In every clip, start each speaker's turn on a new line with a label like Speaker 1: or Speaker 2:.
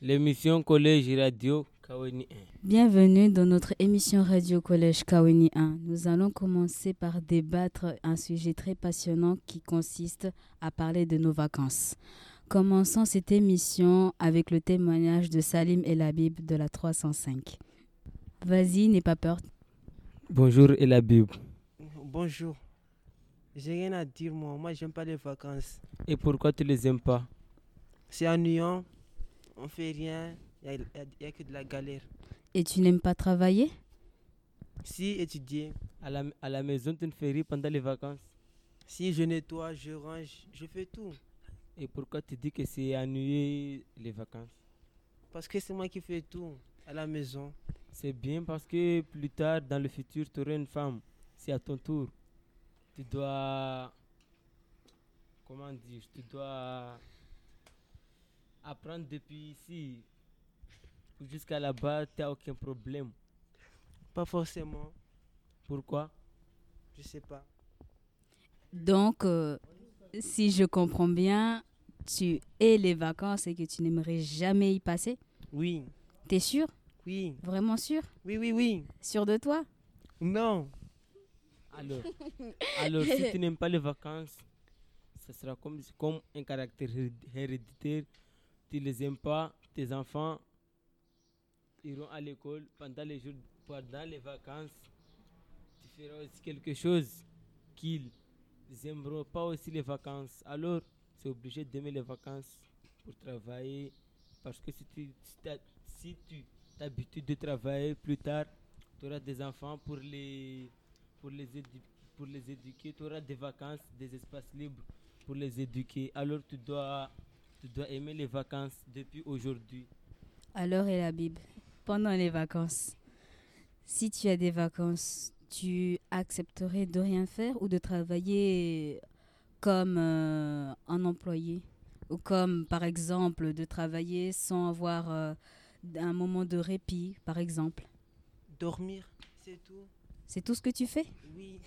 Speaker 1: L'émission Collège Radio Kaweni 1.
Speaker 2: Bienvenue dans notre émission Radio Collège Kaweni 1. Nous allons commencer par débattre un sujet très passionnant qui consiste à parler de nos vacances. Commençons cette émission avec le témoignage de Salim El Habib de la 305. Vas-y, n'aie pas peur.
Speaker 1: Bonjour Elabib.
Speaker 3: Bonjour. J'ai rien à dire moi. Moi, j'aime pas les vacances.
Speaker 1: Et pourquoi tu les aimes pas
Speaker 3: C'est ennuyant. On fait rien. Il y, a- y a que de la galère.
Speaker 2: Et tu n'aimes pas travailler
Speaker 3: Si étudier,
Speaker 1: à la, à la maison, tu ne fais rien pendant les vacances.
Speaker 3: si je nettoie, je range, je fais tout.
Speaker 1: Et pourquoi tu dis que c'est annuler les vacances
Speaker 3: Parce que c'est moi qui fais tout à la maison.
Speaker 1: C'est bien parce que plus tard, dans le futur, tu auras une femme. C'est à ton tour. Tu dois. Comment dire Tu dois apprendre depuis ici. Jusqu'à là-bas, tu n'as aucun problème.
Speaker 3: Pas forcément.
Speaker 1: Pourquoi
Speaker 3: Je sais pas.
Speaker 2: Donc, euh, si je comprends bien, tu hais les vacances et que tu n'aimerais jamais y passer
Speaker 3: Oui,
Speaker 2: T'es sûr
Speaker 3: oui,
Speaker 2: Vraiment sûr
Speaker 3: oui, oui, oui.
Speaker 2: Sûr de toi
Speaker 3: Non.
Speaker 1: Alors, alors si tu n'aimes pas les vacances, ce sera comme, comme un caractère héréd- héréditaire. Tu les aimes pas, tes enfants iront à l'école pendant les jours, pendant les vacances. Tu feras aussi quelque chose qu'ils n'aimeront pas aussi les vacances. Alors, c'est obligé d'aimer les vacances pour travailler. Parce que si tu si t'as- si tu t'habitues de travailler plus tard, tu auras des enfants pour les pour les, édu- pour les éduquer. Tu auras des vacances, des espaces libres pour les éduquer. Alors tu dois, tu dois aimer les vacances depuis aujourd'hui.
Speaker 2: Alors et la Bible, pendant les vacances, si tu as des vacances, tu accepterais de rien faire ou de travailler comme euh, un employé ou comme par exemple de travailler sans avoir euh, un moment de répit par exemple.
Speaker 3: Dormir, c'est tout.
Speaker 2: C'est tout ce que tu fais
Speaker 3: Oui,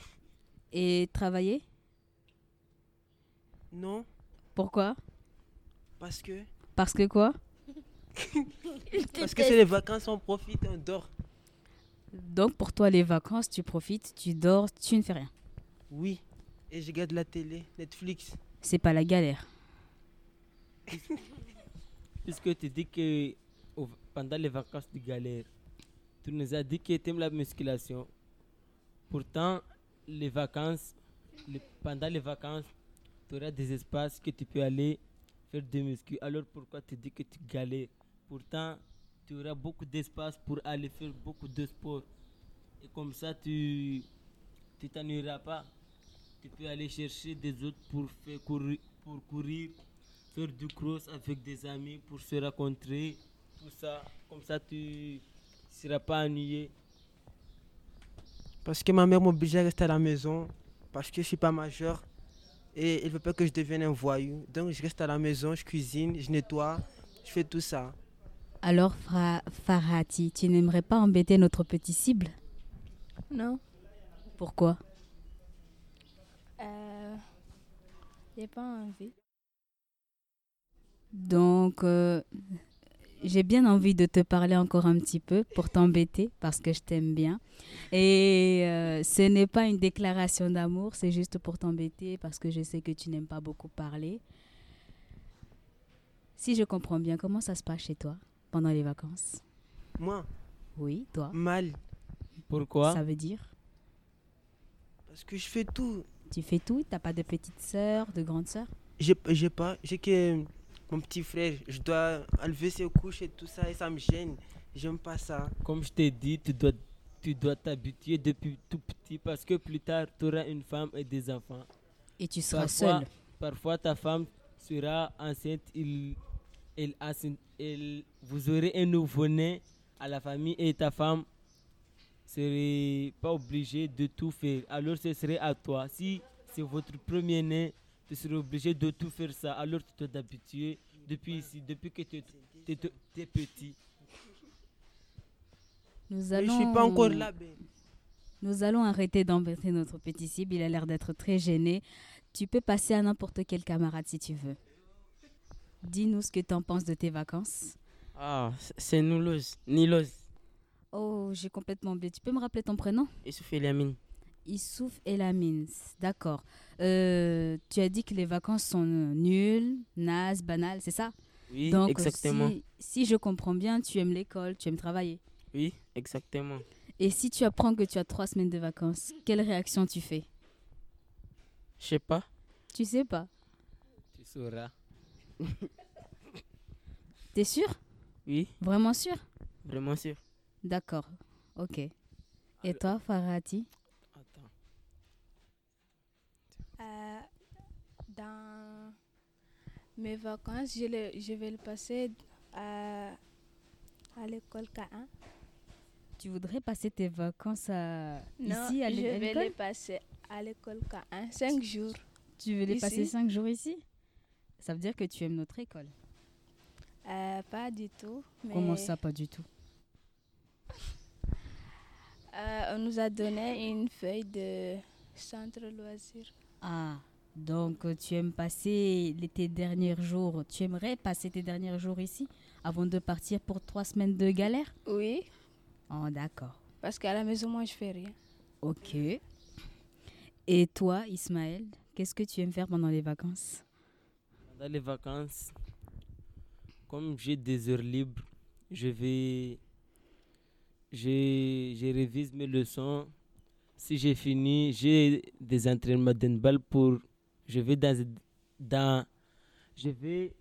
Speaker 2: Et travailler
Speaker 3: non,
Speaker 2: Pourquoi
Speaker 3: parce que
Speaker 2: Parce que quoi
Speaker 3: parce que c'est les vacances, on profite, on dort.
Speaker 2: Donc pour toi les vacances, tu profites, tu dors, tu ne fais rien.
Speaker 3: Oui, et je regarde la télé, Netflix.
Speaker 2: C'est pas la galère.
Speaker 1: Puisque tu dis que au- pendant les vacances de galère, tu nous as dit que tu aimes la musculation. Pourtant, les vacances, les- pendant les vacances, tu auras des espaces que tu peux aller faire des muscu. Alors pourquoi tu dis que tu galères Pourtant, tu auras beaucoup d'espace pour aller faire beaucoup de sport. Et comme ça, tu tu t'ennuieras pas. Tu peux aller chercher des autres pour, faire courir, pour courir, faire du cross avec des amis, pour se rencontrer, tout ça. Comme ça, tu seras pas ennuyé.
Speaker 3: Parce que ma mère m'oblige à rester à la maison, parce que je suis pas majeur et elle veut pas que je devienne un voyou. Donc je reste à la maison, je cuisine, je nettoie, je fais tout ça.
Speaker 2: Alors, Fra- Farhati, tu n'aimerais pas embêter notre petit cible
Speaker 4: Non.
Speaker 2: Pourquoi
Speaker 4: Euh, j'ai pas envie.
Speaker 2: Donc, euh, j'ai bien envie de te parler encore un petit peu pour t'embêter parce que je t'aime bien. Et euh, ce n'est pas une déclaration d'amour, c'est juste pour t'embêter parce que je sais que tu n'aimes pas beaucoup parler. Si je comprends bien, comment ça se passe chez toi pendant les vacances
Speaker 3: Moi,
Speaker 2: Oui, toi.
Speaker 3: mal,
Speaker 1: Pourquoi
Speaker 2: Ça veut dire
Speaker 3: parce que je fais tout.
Speaker 2: Tu fais tout, t'as pas de petite sœur, de grande sœur
Speaker 3: J'ai j'ai pas, j'ai que mon petit frère, je dois enlever ses couches et tout ça et ça me gêne. J'aime pas ça.
Speaker 1: Comme je t'ai dit, tu dois tu dois t'habituer depuis tout petit parce que plus tard, tu auras une femme et des enfants.
Speaker 2: Et tu
Speaker 1: Parfois-
Speaker 2: seras seule.
Speaker 1: Parfois, ta femme sera enceinte, il, elle enceinte- elle- vous aurez un nouveau-né à la famille et ta femme serait pas obligée de tout faire. Alors, ce serait à toi. Si c'est votre premier-né, tu serais obligé de tout faire ça. Alors, tu dois t'habituer depuis ici, depuis que tu tu- tu- tu es petit.
Speaker 2: Nous
Speaker 3: Mais
Speaker 2: allons...
Speaker 3: je suis pas encore là. ben.
Speaker 2: Nous allons arrêter d'embêter notre petit cible. Il a l'air d'être très gêné. Tu peux passer à n'importe quel camarade si tu veux. Dis-nous ce que tu en penses de tes vacances.
Speaker 5: Ah, c'est Noulouse. Nilouz.
Speaker 2: Oh, j'ai complètement oublié. Tu peux me rappeler ton prénom
Speaker 5: Issouf Eliamine.
Speaker 2: Issouf Elamine. D'accord. Euh, tu as dit que les vacances sont euh, nulles, nazes, banales, c'est ça
Speaker 5: Oui,
Speaker 2: Donc,
Speaker 5: exactement.
Speaker 2: Si, si je comprends bien, tu aimes l'école, tu aimes travailler.
Speaker 5: Oui, exactement.
Speaker 2: Et si tu apprends que tu as trois semaines de vacances, quelle réaction tu fais
Speaker 5: Je sais pas.
Speaker 2: Tu sais pas.
Speaker 1: Tu sauras.
Speaker 2: T'es sûr
Speaker 5: Oui,
Speaker 2: Vraiment sûr
Speaker 5: vraiment sûr.
Speaker 2: D'accord. Ok. Et
Speaker 1: Alors-
Speaker 2: toi, Farati
Speaker 1: Attends.
Speaker 4: Euh, dans mes vacances, je, le- je vais le passer à, à l'école K1.
Speaker 2: Tu voudrais passer tes vacances à...
Speaker 4: Non,
Speaker 2: ici à
Speaker 4: je
Speaker 2: l'é- à
Speaker 4: vais le
Speaker 2: l'école
Speaker 4: passer à l'école K1, 5 jours.
Speaker 2: Tu veux les
Speaker 4: Ici.
Speaker 2: passer cinq jours ici Ça veut dire que tu aimes notre école.
Speaker 4: Euh, pas du tout. Mais
Speaker 2: Comment ça, pas du tout
Speaker 4: euh, On nous a donné une feuille de centre loisirs.
Speaker 2: Ah, donc euh, tu aimes passer les- tes derniers jours, tu aimerais passer tes derniers jours ici avant de partir pour trois semaines de galère
Speaker 4: Oui,
Speaker 2: Oh, d'accord.
Speaker 4: parce qu'à la maison, moi, je fais rien.
Speaker 2: Ok. Et toi, Ismaël, qu'est-ce que tu aimes faire pendant les vacances
Speaker 1: Pendant les vacances, comme j'ai des heures libres, je vais. Je, je révise mes leçons. Si j'ai fini, j'ai des entraînements d'handball pour. Je vais dans, dans. Je vais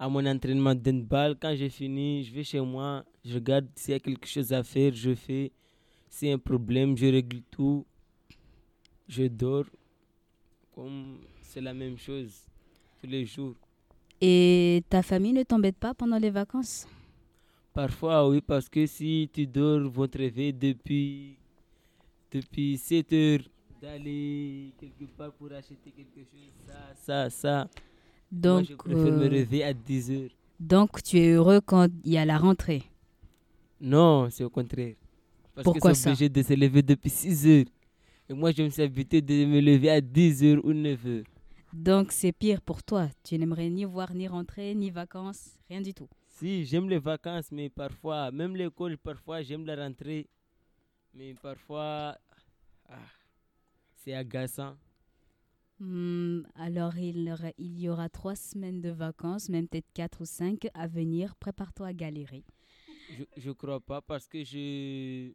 Speaker 1: à mon entraînement d'handball. Quand j'ai fini, je vais chez moi. Je regarde s'il y a quelque chose à faire, je fais. S'il y a un problème, je règle tout. Je dors. Comme c'est la même chose tous les jours.
Speaker 2: Et ta famille ne t'embête pas pendant les vacances
Speaker 1: Parfois, oui, parce que si tu dors, vont te réveiller depuis, depuis 7 heures, d'aller quelque part pour acheter quelque chose, ça, ça, ça. Moi,
Speaker 2: donc,
Speaker 1: je préfère me
Speaker 2: euh,
Speaker 1: réveiller à 10 heures.
Speaker 2: donc tu es heureux quand il y a la rentrée.
Speaker 1: Non, c'est au contraire. Parce
Speaker 2: Pourquoi
Speaker 1: que c'est
Speaker 2: ça
Speaker 1: obligé de se lever depuis 6 heures. Et moi, je me suis habitué de me lever à 10 heures ou 9 heures.
Speaker 2: Donc c'est pire pour toi. Tu n'aimerais ni voir, ni rentrer, ni vacances, rien du tout.
Speaker 1: Si, j'aime les vacances, mais parfois, même l'école, parfois, j'aime la rentrée. Mais parfois, ah, c'est agaçant.
Speaker 2: Hmm, alors il, y aura- il y aura trois semaines de vacances, même peut-être quatre ou cinq à venir. Prépare-toi à galérer.
Speaker 1: Je, je crois pas parce que je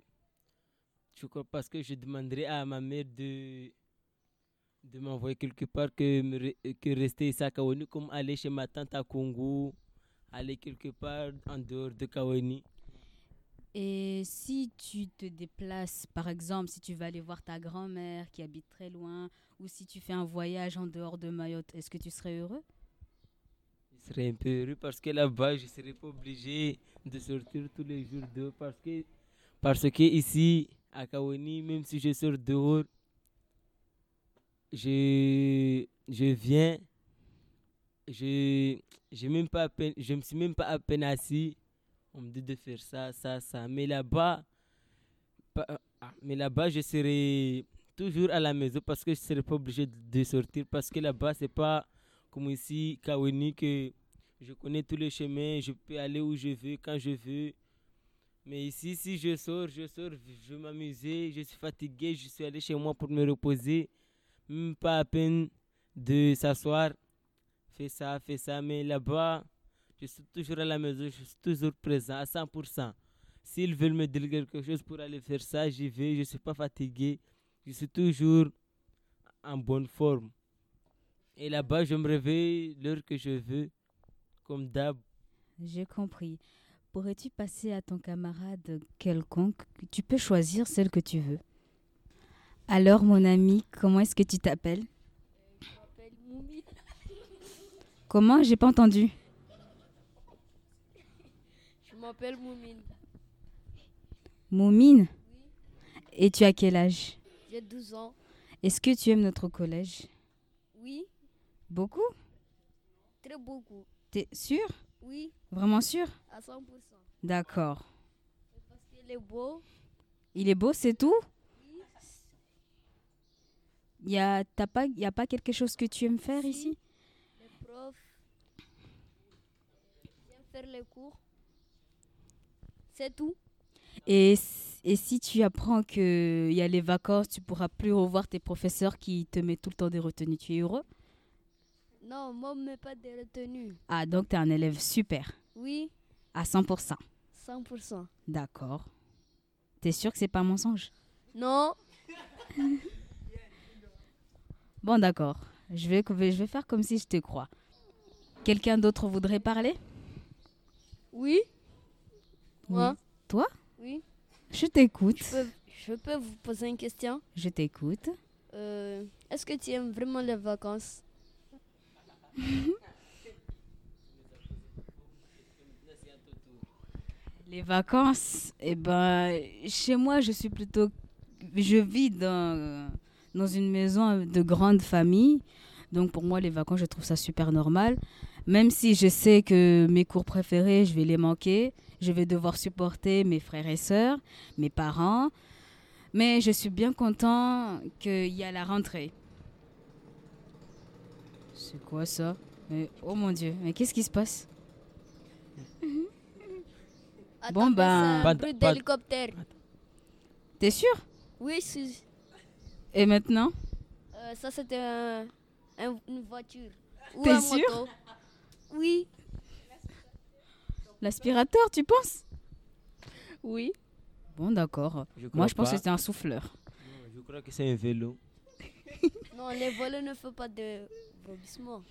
Speaker 1: je crois parce que je demanderai à ma mère de de m'envoyer quelque part que me re- que rester ici à Kaweni comme aller chez ma tante à Congo aller quelque part en dehors de Kaweni
Speaker 2: Et si tu te déplaces, par exemple, si tu vas aller voir ta grand-mère qui habite très loin, ou si tu fais un voyage en dehors de Mayotte, est-ce que tu serais heureux
Speaker 1: je serais un peu heureux parce que là-bas je serais pas obligé de sortir tous les jours dehors parce que parce que ici à Kaweni même si je sors dehors je je viens je j'ai même pas à peine- je me suis même pas à peine assis on me dit de faire ça ça ça mais là-bas pa- ah, mais là-bas je serai toujours à la maison parce que je serai pas obligé de- de sortir parce que là-bas c'est pas comme ici Kaweni que je connais tous les chemins je peux aller où je veux quand je veux mais ici si je sors je sors je veux m'amuser je suis fatigué je suis allé chez moi pour me reposer même pas à peine de s'asseoir fais ça fais ça mais là-bas je suis toujours à la maison, je suis toujours présent à 100%. S'ils veulent me déléguer quelque chose pour aller faire ça, j'y vais, je ne suis pas fatigué, je suis toujours en bonne forme. Et là-bas, je me réveille l'heure que je veux, comme d'hab.
Speaker 2: J'ai compris. Pourrais-tu passer à ton camarade quelconque Tu peux choisir celle que tu veux. Alors, mon ami, comment est-ce que tu t'appelles Comment J'ai pas entendu.
Speaker 6: Je m'appelle Moumine.
Speaker 2: Moumine Et tu as quel âge
Speaker 6: J'ai 12 ans.
Speaker 2: Est-ce que tu aimes notre collège
Speaker 6: Oui,
Speaker 2: Beaucoup
Speaker 6: très beaucoup.
Speaker 2: T'es sûr
Speaker 6: Oui,
Speaker 2: Vraiment sûr
Speaker 6: à 100%.
Speaker 2: D'accord.
Speaker 6: Parce qu'il est beau.
Speaker 2: Il est beau, c'est tout Il n'y a, t'as pas, y a pas quelque chose que tu aimes faire
Speaker 6: Si.
Speaker 2: ici
Speaker 6: Les profs. J'aime faire les cours. C'est tout.
Speaker 2: Et, s- et si tu apprends qu'il y a les vacances, tu pourras plus revoir tes professeurs qui te mettent tout le temps des retenues. Tu es heureux
Speaker 6: Non, moi, mais pas de retenue.
Speaker 2: Ah, donc tu es un élève super,
Speaker 6: Oui,
Speaker 2: à 100%.
Speaker 6: 100%.
Speaker 2: D'accord. T'es sûr que c'est pas un mensonge
Speaker 6: Non,
Speaker 2: Bon, d'accord. Je vais, je vais faire comme si je te crois. Quelqu'un d'autre voudrait parler
Speaker 6: oui. Moi,
Speaker 2: Toi
Speaker 6: oui.
Speaker 2: Je t'écoute.
Speaker 6: Je peux, je peux vous poser une question.
Speaker 2: Je t'écoute.
Speaker 6: Euh, Est-ce que tu aimes vraiment les vacances
Speaker 2: Les vacances, eh ben, chez moi, je suis plutôt. Je vis dans, dans une maison de grande famille. Donc, pour moi, les vacances, je trouve ça super normal. Même si je sais que mes cours préférés, je vais les manquer. Je vais devoir supporter mes frères et sœurs, mes parents. Mais je suis bien content qu'il y a la rentrée. C'est quoi ça Mais, Oh mon Dieu, mais qu'est-ce qui se passe Bon,
Speaker 6: Attends,
Speaker 2: ben-
Speaker 6: c'est
Speaker 1: Pas
Speaker 6: un
Speaker 1: de-
Speaker 6: bruit
Speaker 1: pas de-
Speaker 6: d'hélicoptère.
Speaker 2: T'es sûr
Speaker 6: Oui, c'est-
Speaker 2: Et maintenant
Speaker 6: euh, ça c'était un- un- une voiture. Ou
Speaker 2: T'es
Speaker 6: un
Speaker 2: sûr
Speaker 6: moto. Oui,
Speaker 2: L'aspirateur, tu penses
Speaker 4: Oui.
Speaker 2: Bon, d'accord. Moi, je pense que c'était un souffleur.
Speaker 1: Je crois que c'est un vélo.
Speaker 6: non, les volets ne font pas de vomissement.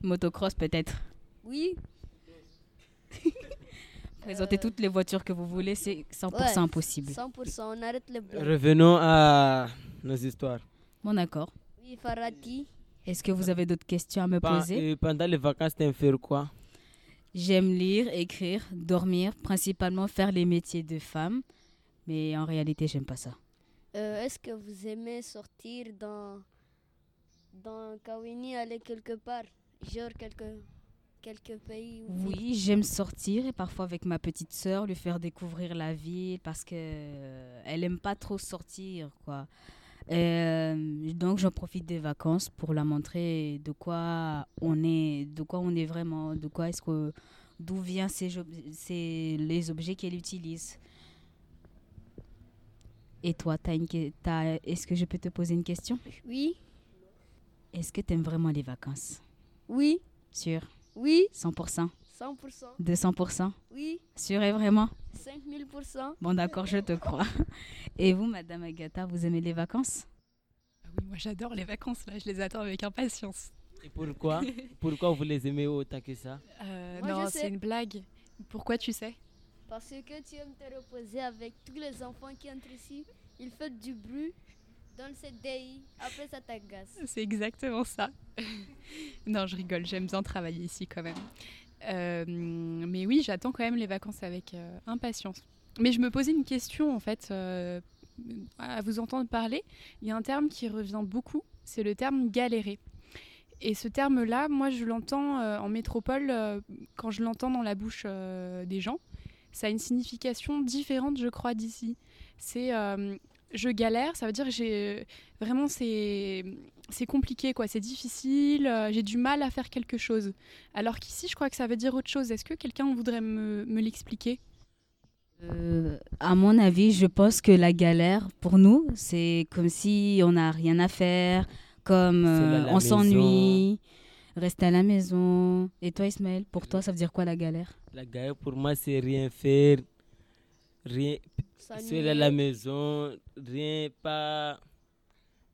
Speaker 2: Motocross, peut-être.
Speaker 6: Oui,
Speaker 2: Présenter toutes les voitures que vous voulez, c'est 100%
Speaker 6: Ouais.
Speaker 2: impossible.
Speaker 6: 100%, on arrête les blagues.
Speaker 1: Revenons à nos histoires.
Speaker 2: Bon, d'accord.
Speaker 6: Oui, Farati.
Speaker 2: Est-ce que vous avez d'autres questions à me
Speaker 1: Pen-
Speaker 2: poser
Speaker 1: euh, pendant les vacances, t'aimes faire quoi
Speaker 2: J'aime lire, écrire, dormir, principalement faire les métiers de femme. Mais en réalité, j'aime pas ça.
Speaker 6: Euh, Est-ce que vous aimez sortir dans dans Kawini, aller quelque part, genre quelques quelques pays ou villes
Speaker 2: Oui, j'aime sortir et parfois avec ma petite sœur lui faire découvrir la ville parce que euh, elle aime pas trop sortir quoi. Euh, donc j'en profite des vacances pour la montrer de quoi on est, de quoi on est vraiment, de quoi est-ce que d'où vient ces, jo- ces- les objets qu'elle utilise. Et toi, t'as une que- t'as- est-ce que je peux te poser une question
Speaker 6: Oui,
Speaker 2: Est-ce que tu aimes vraiment les vacances
Speaker 6: oui,
Speaker 2: Sûr,
Speaker 6: oui,
Speaker 2: 100%,
Speaker 6: 100%,
Speaker 2: 200%,
Speaker 6: oui,
Speaker 2: sûr et vraiment
Speaker 6: 5000%.
Speaker 2: Bon, d'accord, je te crois. Et vous, Madame Agatha, vous aimez les vacances
Speaker 7: Ah Oui, moi j'adore les vacances, là, je les attends avec impatience.
Speaker 1: Et pourquoi Pourquoi vous les aimez autant que ça
Speaker 7: Euh,
Speaker 6: Moi,
Speaker 7: non,
Speaker 6: je
Speaker 7: c'est
Speaker 6: sais.
Speaker 7: une blague. Pourquoi tu sais
Speaker 6: Parce que tu aimes te reposer avec tous les enfants qui entrent ici. Ils font du bruit dans le CDI. Après, ça t'agace.
Speaker 7: C'est exactement ça. non, je rigole, j'aime bien travailler ici quand même. Euh, mais oui, j'attends quand même les vacances avec euh, impatience. Mais je me posais une question en fait, euh, à vous entendre parler, il y a un terme qui revient beaucoup, c'est le terme galérer. Et ce terme-là, moi je l'entends euh, en métropole, euh, quand je l'entends dans la bouche euh, des gens, ça a une signification différente, je crois, d'ici. C'est euh, je galère, ça veut dire que j'ai euh, vraiment c'est c'est compliqué quoi, c'est difficile, euh, j'ai du mal à faire quelque chose. Alors qu'ici, je crois que ça veut dire autre chose. Est-ce que quelqu'un voudrait me, me l'expliquer
Speaker 2: Euh, À mon avis, je pense que la galère, pour nous, c'est comme si on n'a rien à faire, comme
Speaker 1: C'est
Speaker 2: euh,
Speaker 1: la- la
Speaker 2: on s'ennuie, rester à la maison. Et toi, Ismaël, pour toi, ça veut dire quoi la galère
Speaker 1: La galère pour moi, c'est rien faire, rien,
Speaker 6: Ça
Speaker 1: Seul à la maison, rien, pas,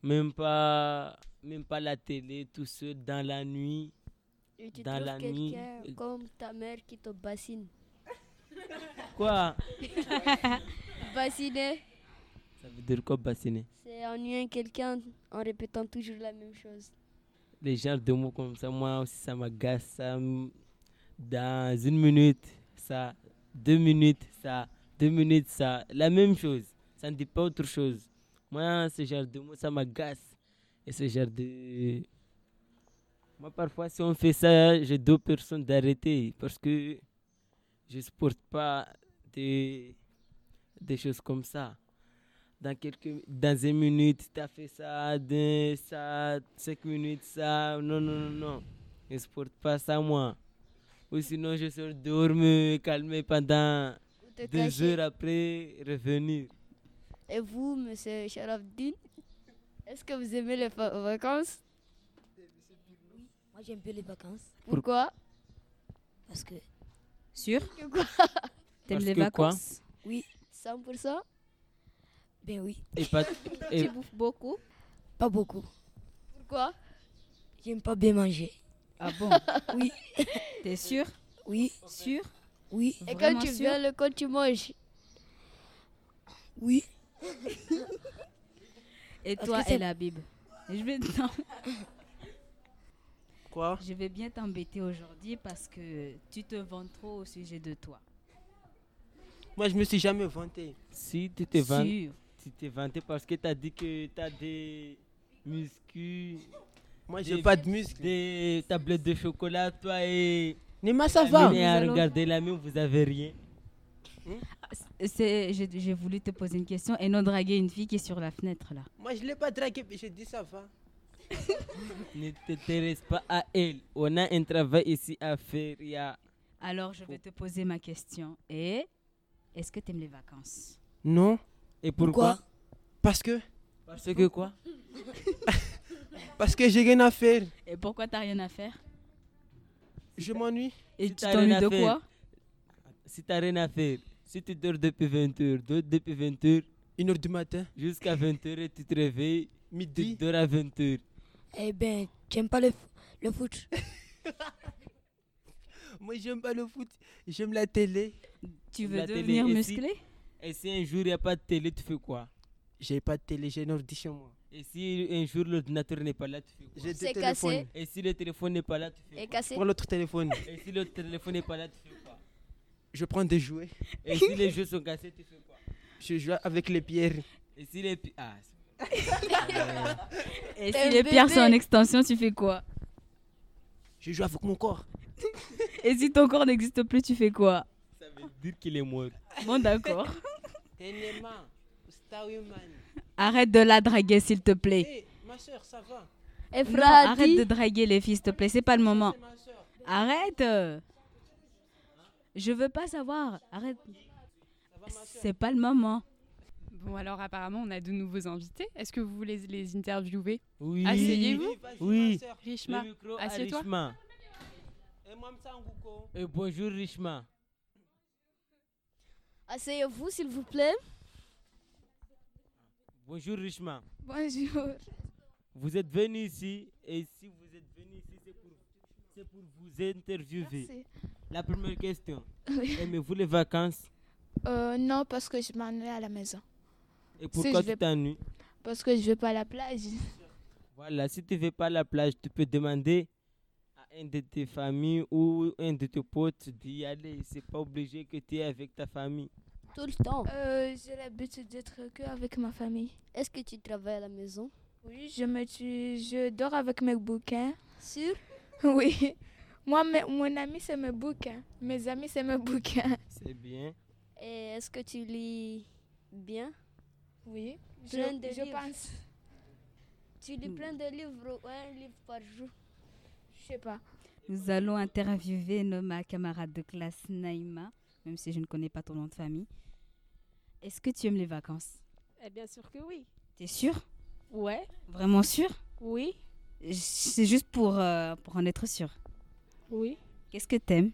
Speaker 1: même pas, même pas la télé, tout seul dans la nuit.
Speaker 6: Et tu
Speaker 1: dans
Speaker 6: trouves
Speaker 1: la nuit. euh,
Speaker 6: quelqu'un comme ta mère qui te bassine.
Speaker 1: Quoi
Speaker 6: Bassiner,
Speaker 1: Ça veut dire quoi bassiner
Speaker 6: c'est ennuyer quelqu'un en répétant toujours la même chose.
Speaker 1: Les genres de mots comme ça, moi aussi, ça m'agace. Ça, me- dans une minute, ça, deux minutes, ça, deux minutes, ça, la même chose. Ça ne dit pas autre chose. Moi, ce genre de mots, ça m'agace. Et ce genre de. Moi, parfois, si on fait ça, j'ai deux personnes d'arrêter parce que je supporte pas des, des choses comme ça. Dans, quelques, dans une minute, tu as fait ça, deux, ça, cinq minutes, ça. Non, non, non, non. Je supporte pas ça, moi. Ou sinon, je sors dehors me calmer pendant
Speaker 6: Ou te te
Speaker 1: Deux
Speaker 6: cacher.
Speaker 1: heures après, revenir.
Speaker 6: Et vous, monsieur Sharafdin, est-ce que vous aimez les fa- vacances
Speaker 8: Moi, j'aime bien les vacances
Speaker 6: Pourquoi
Speaker 8: parce que
Speaker 2: Sûr
Speaker 6: Que quoi
Speaker 2: T'aimes
Speaker 1: Parce
Speaker 2: les
Speaker 1: que quoi
Speaker 2: vacances
Speaker 6: 100%
Speaker 8: ben oui,
Speaker 1: Et pas, et,
Speaker 4: Tu bouffes beaucoup
Speaker 8: pas beaucoup.
Speaker 6: Pourquoi
Speaker 8: J'aime pas bien manger.
Speaker 2: Ah bon
Speaker 8: Oui.
Speaker 2: T'es sûr
Speaker 8: Oui,
Speaker 2: Sûr
Speaker 8: oui,
Speaker 6: Et quand
Speaker 2: Vraiment
Speaker 6: tu
Speaker 2: sûr
Speaker 6: viens, le quand tu manges
Speaker 8: oui.
Speaker 2: Et
Speaker 8: Parce
Speaker 2: toi,
Speaker 8: que c'est-
Speaker 2: El Habib je vais, non,
Speaker 3: Quoi
Speaker 2: je vais bien t'embêter aujourd'hui parce que tu te vantes trop au sujet de toi.
Speaker 3: Moi, je me suis jamais vanté.
Speaker 1: si tu te vantes,
Speaker 2: Sûr.
Speaker 1: tu t'es vanté parce que tu as dit que tu as des muscles,
Speaker 3: Moi,
Speaker 1: Des-
Speaker 3: j'ai pas de muscles.
Speaker 1: des tablettes de chocolat, toi et
Speaker 3: Nima, ça va
Speaker 1: Amine, à
Speaker 2: Nous allons-
Speaker 1: regarder la mienne, vous avez rien.
Speaker 2: Ah, C'est- J'ai j'ai voulu te poser une question et non draguer une fille qui est sur la fenêtre là.
Speaker 3: Moi, je l'ai pas dragué, mais je dis ça va.
Speaker 1: Ne t'intéresse pas à elle. On a un travail ici à faire. il y a-
Speaker 2: Alors je vais te poser ma question. Et est-ce que t'aimes les vacances
Speaker 3: Non,
Speaker 1: Et pourquoi
Speaker 3: parce que
Speaker 1: Parce que quoi
Speaker 3: parce que j'ai rien à faire.
Speaker 2: Et pourquoi t'as rien à faire
Speaker 3: Je m'ennuie.
Speaker 2: Et
Speaker 1: Si
Speaker 2: tu
Speaker 1: t'as rien
Speaker 2: t'ennuies
Speaker 1: à
Speaker 2: de
Speaker 1: faire.
Speaker 2: quoi
Speaker 1: Si tu n'as rien à faire, si tu dors depuis 20h, dors depuis 20h
Speaker 3: Une heure du matin,
Speaker 1: jusqu'à 20h et tu te réveilles, tu
Speaker 3: midi.
Speaker 1: dors à 20h.
Speaker 8: Eh ben, j'aime pas le, f- le foot.
Speaker 3: Moi, j'aime pas le foot. J'aime la télé.
Speaker 2: Tu veux
Speaker 1: La télé
Speaker 2: devenir
Speaker 1: ici.
Speaker 2: musclé
Speaker 1: Et si un jour il n'y a pas de télé, tu fais quoi
Speaker 3: J'ai pas de télé, j'ai une ordi chez moi.
Speaker 1: Et si un jour l'ordinateur n'est pas là, tu fais quoi
Speaker 3: J'ai
Speaker 6: C'est
Speaker 3: deux téléphones.
Speaker 6: cassé.
Speaker 1: Et si le téléphone n'est pas là, tu fais
Speaker 6: et
Speaker 1: quoi
Speaker 6: cassé
Speaker 3: Pour l'autre téléphone,
Speaker 1: Et si le téléphone n'est pas là, tu fais quoi
Speaker 3: je prends des jouets.
Speaker 1: Et si les jeux sont cassés, tu fais quoi
Speaker 3: Je joue avec les pierres.
Speaker 1: Et si les... pi- Ah, c'est-
Speaker 2: Et
Speaker 6: T'es
Speaker 2: si
Speaker 6: un
Speaker 2: les pierres sont en
Speaker 6: bébé.
Speaker 2: extension, tu fais quoi
Speaker 3: Je joue avec mon corps.
Speaker 2: Et si ton corps n'existe plus, tu fais quoi
Speaker 1: ça veut dire qu'il est mort.
Speaker 2: Bon d'accord.
Speaker 3: Tenema, Starwoman.
Speaker 2: Arrête de la draguer s'il te plaît.
Speaker 3: Hé, ma soeur, ça va
Speaker 6: Et
Speaker 2: Non,
Speaker 6: Fradi
Speaker 2: arrête de draguer les filles, s'il te plaît, c'est pas le moment.
Speaker 3: ma soeur.
Speaker 2: Arrête euh. Je veux pas savoir. Arrête. C'est pas le moment.
Speaker 7: Bon, alors apparemment, on a de nouveaux invités. Est-ce que vous voulez les interviewer
Speaker 1: Oui.
Speaker 7: Asseyez-vous.
Speaker 1: Oui.
Speaker 7: Richma,
Speaker 1: Le micro à
Speaker 7: assieds-toi.
Speaker 1: Richma. Et bonjour Richma.
Speaker 6: Asseyez-vous, s'il vous plaît.
Speaker 1: Bonjour Richma.
Speaker 4: Bonjour.
Speaker 1: Vous êtes venu ici et si vous êtes venu ici, c'est pour, c'est pour vous interviewer.
Speaker 4: Merci.
Speaker 1: La première question.
Speaker 4: Oui.
Speaker 1: Aimez-vous les vacances
Speaker 4: Euh, non, parce que je m'en vais à la maison.
Speaker 1: Et
Speaker 4: je
Speaker 1: pourquoi
Speaker 4: vais-
Speaker 1: tu t'ennuies
Speaker 4: Parce que je vais pas à la plage.
Speaker 1: Voilà, si tu ne veux pas à la plage, tu peux demander à un de tes familles ou un de tes potes d'y aller. C'est pas obligé que tu es avec ta famille.
Speaker 6: Tout le
Speaker 9: Oh.
Speaker 6: temps.
Speaker 4: Euh, j'ai l'habitude d'être que avec ma famille.
Speaker 6: Est-ce que tu travailles à la maison
Speaker 4: Oui, je me tue, je dors avec mes bouquins.
Speaker 6: Sûr
Speaker 4: Oui. Moi, mes- mon ami, c'est mes bouquins. Mes amis, c'est mes bouquins.
Speaker 1: C'est bien.
Speaker 6: Et est-ce que tu lis bien
Speaker 4: Oui. Je,
Speaker 6: Plein de
Speaker 4: je
Speaker 6: livres.
Speaker 4: pense.
Speaker 6: Tu lis plein de livres ou un livre par jour
Speaker 4: Je sais pas.
Speaker 2: Nous allons interviewer nos- ma camarade de classe Naïma, même si je ne connais pas ton nom de famille. Est-ce que tu aimes les vacances
Speaker 9: Eh bien sûr que oui.
Speaker 2: T'es sûr
Speaker 9: Ouais,
Speaker 2: Vraiment sûr
Speaker 9: oui,
Speaker 2: C'est juste pour, euh, pour en être sûr.
Speaker 9: oui.
Speaker 2: Qu'est-ce que t'aimes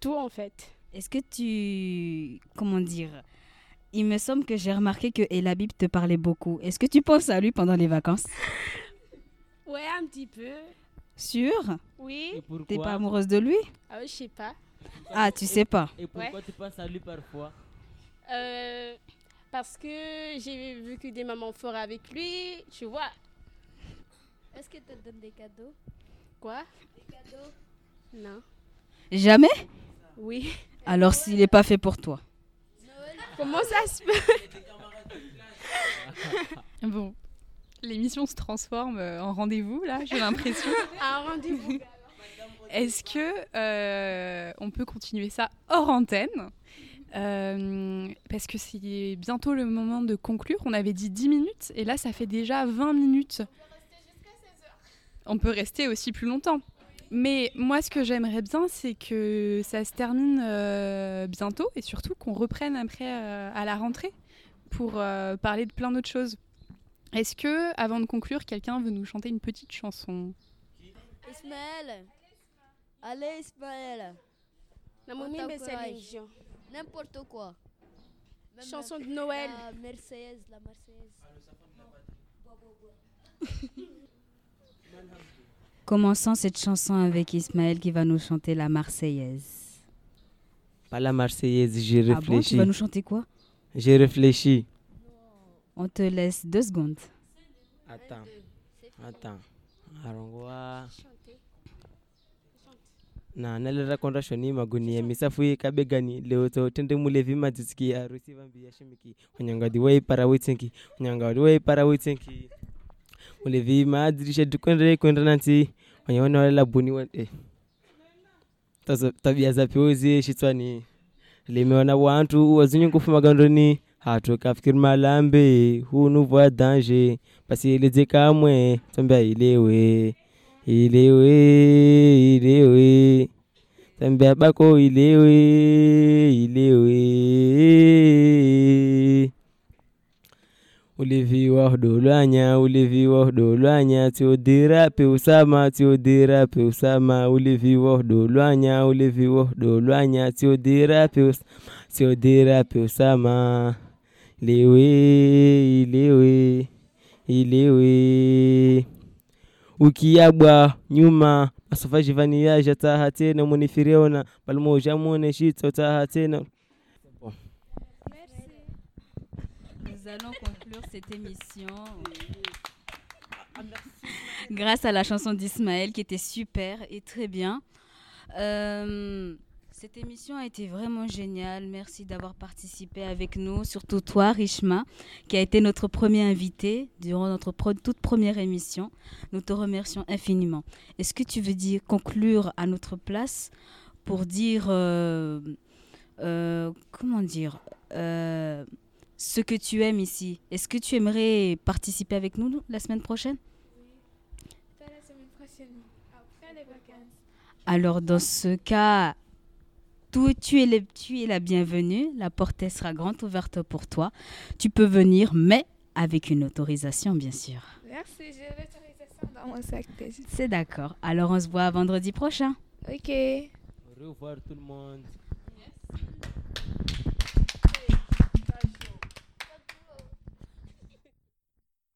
Speaker 9: Tout en fait.
Speaker 2: Est-ce que tu... Comment dire Il me semble que j'ai remarqué que Elabib te parlait beaucoup. Est-ce que tu penses à lui pendant les vacances
Speaker 9: Ouais, un petit peu.
Speaker 2: Sûr
Speaker 1: Et
Speaker 9: Oui.
Speaker 1: pourquoi,
Speaker 2: T'es pas amoureuse de lui
Speaker 9: Ah, je sais pas.
Speaker 2: Ah, tu sais pas.
Speaker 1: et pourquoi tu penses à lui parfois
Speaker 9: Euh, parce que j'ai vécu des moments forts avec lui, tu vois.
Speaker 6: Est-ce que tu te donnes des cadeaux
Speaker 9: Quoi
Speaker 6: Des cadeaux
Speaker 9: Non.
Speaker 2: Jamais
Speaker 9: Oui.
Speaker 2: Alors s'il n'est pas fait pour toi.
Speaker 9: Comment ça se peut
Speaker 7: Bon, l'émission se transforme euh, en rendez-vous, là, j'ai l'impression.
Speaker 9: Un rendez-vous.
Speaker 7: Est-ce que euh, on peut continuer ça hors antenne Euh, Parce que c'est bientôt le moment de conclure. On avait dit 10 minutes et là, ça fait déjà 20 minutes. On peut rester aussi plus longtemps. Mais moi, ce que j'aimerais bien, c'est que ça se termine euh, bientôt et surtout qu'on reprenne après euh, à la rentrée pour euh, parler de plein d'autres choses. Est-ce que, avant de conclure, quelqu'un veut nous chanter une petite chanson
Speaker 6: Ismaël Allez, Ismaël
Speaker 9: La momie
Speaker 6: On
Speaker 9: mais c'est
Speaker 6: t'encourage.
Speaker 9: les gens.
Speaker 6: N'importe quoi. Même
Speaker 9: Chanson
Speaker 6: la-
Speaker 9: de Noël.
Speaker 6: La Marseillaise, Ah, la Marseillaise.
Speaker 2: Commençons cette chanson avec Ismaël qui va nous chanter la Marseillaise.
Speaker 1: Pas la Marseillaise, j'ai
Speaker 2: Ah bon, tu
Speaker 1: réfléchi.
Speaker 2: vas nous chanter quoi
Speaker 1: J'ai réfléchi.
Speaker 2: On te laisse deux secondes.
Speaker 1: Attends. Attends. Arongwa. na nalira shoni magunia misafu kabegani leoto tende mulevi madzitsiki arusi vambi yashimiki unyangadi wai para witsinki unyangadi wai para witsinki mulevi maadzirisha dikwendere kwendera nti wanyaona wale labuni wa- eh. Tazo- tabia za peuzi shitswani limeona wantu wazinyungufumagandoni hatu kafikiri malambe hunuvwa danje basilize kamwe tambia ilewe ilewe ilewe tambia bako ilewe ilewe uliviwa hudolwanya uliviwa hudolwanya tiodira peusama tiodira peusama uliviwa hudolwanya uliviwa hudolwanya tiodira peus tiodira peusama ilewe ilewe ilewe ukiyabwa nyuma masofajivaniyaja taha tena munifiriona balimoja mone shito taha tena
Speaker 2: Nous allons conclure cette émission. Grâce à la chanson d'Ismaël qui était super et très bien. Euh, cette émission a été vraiment géniale. Merci d'avoir participé avec nous, surtout toi, Richma, qui a été notre premier invité durant notre pro- toute première émission. Nous te remercions infiniment. Est-ce que tu veux dire conclure à notre place pour dire euh, euh, comment dire euh, ce que tu aimes ici. Est-ce que tu aimerais participer avec nous la semaine prochaine
Speaker 4: Pas la semaine prochaine, après les vacances.
Speaker 2: Alors dans ce cas, tout- tu, es le- tu es la bienvenue, la porte elle sera grande ouverte pour toi. Tu peux venir, mais avec une autorisation bien sûr.
Speaker 4: Merci, j'ai l'autorisation dans mon sac déjà.
Speaker 2: C'est d'accord. Alors on se voit vendredi prochain.
Speaker 4: Ok.
Speaker 1: au revoir tout le monde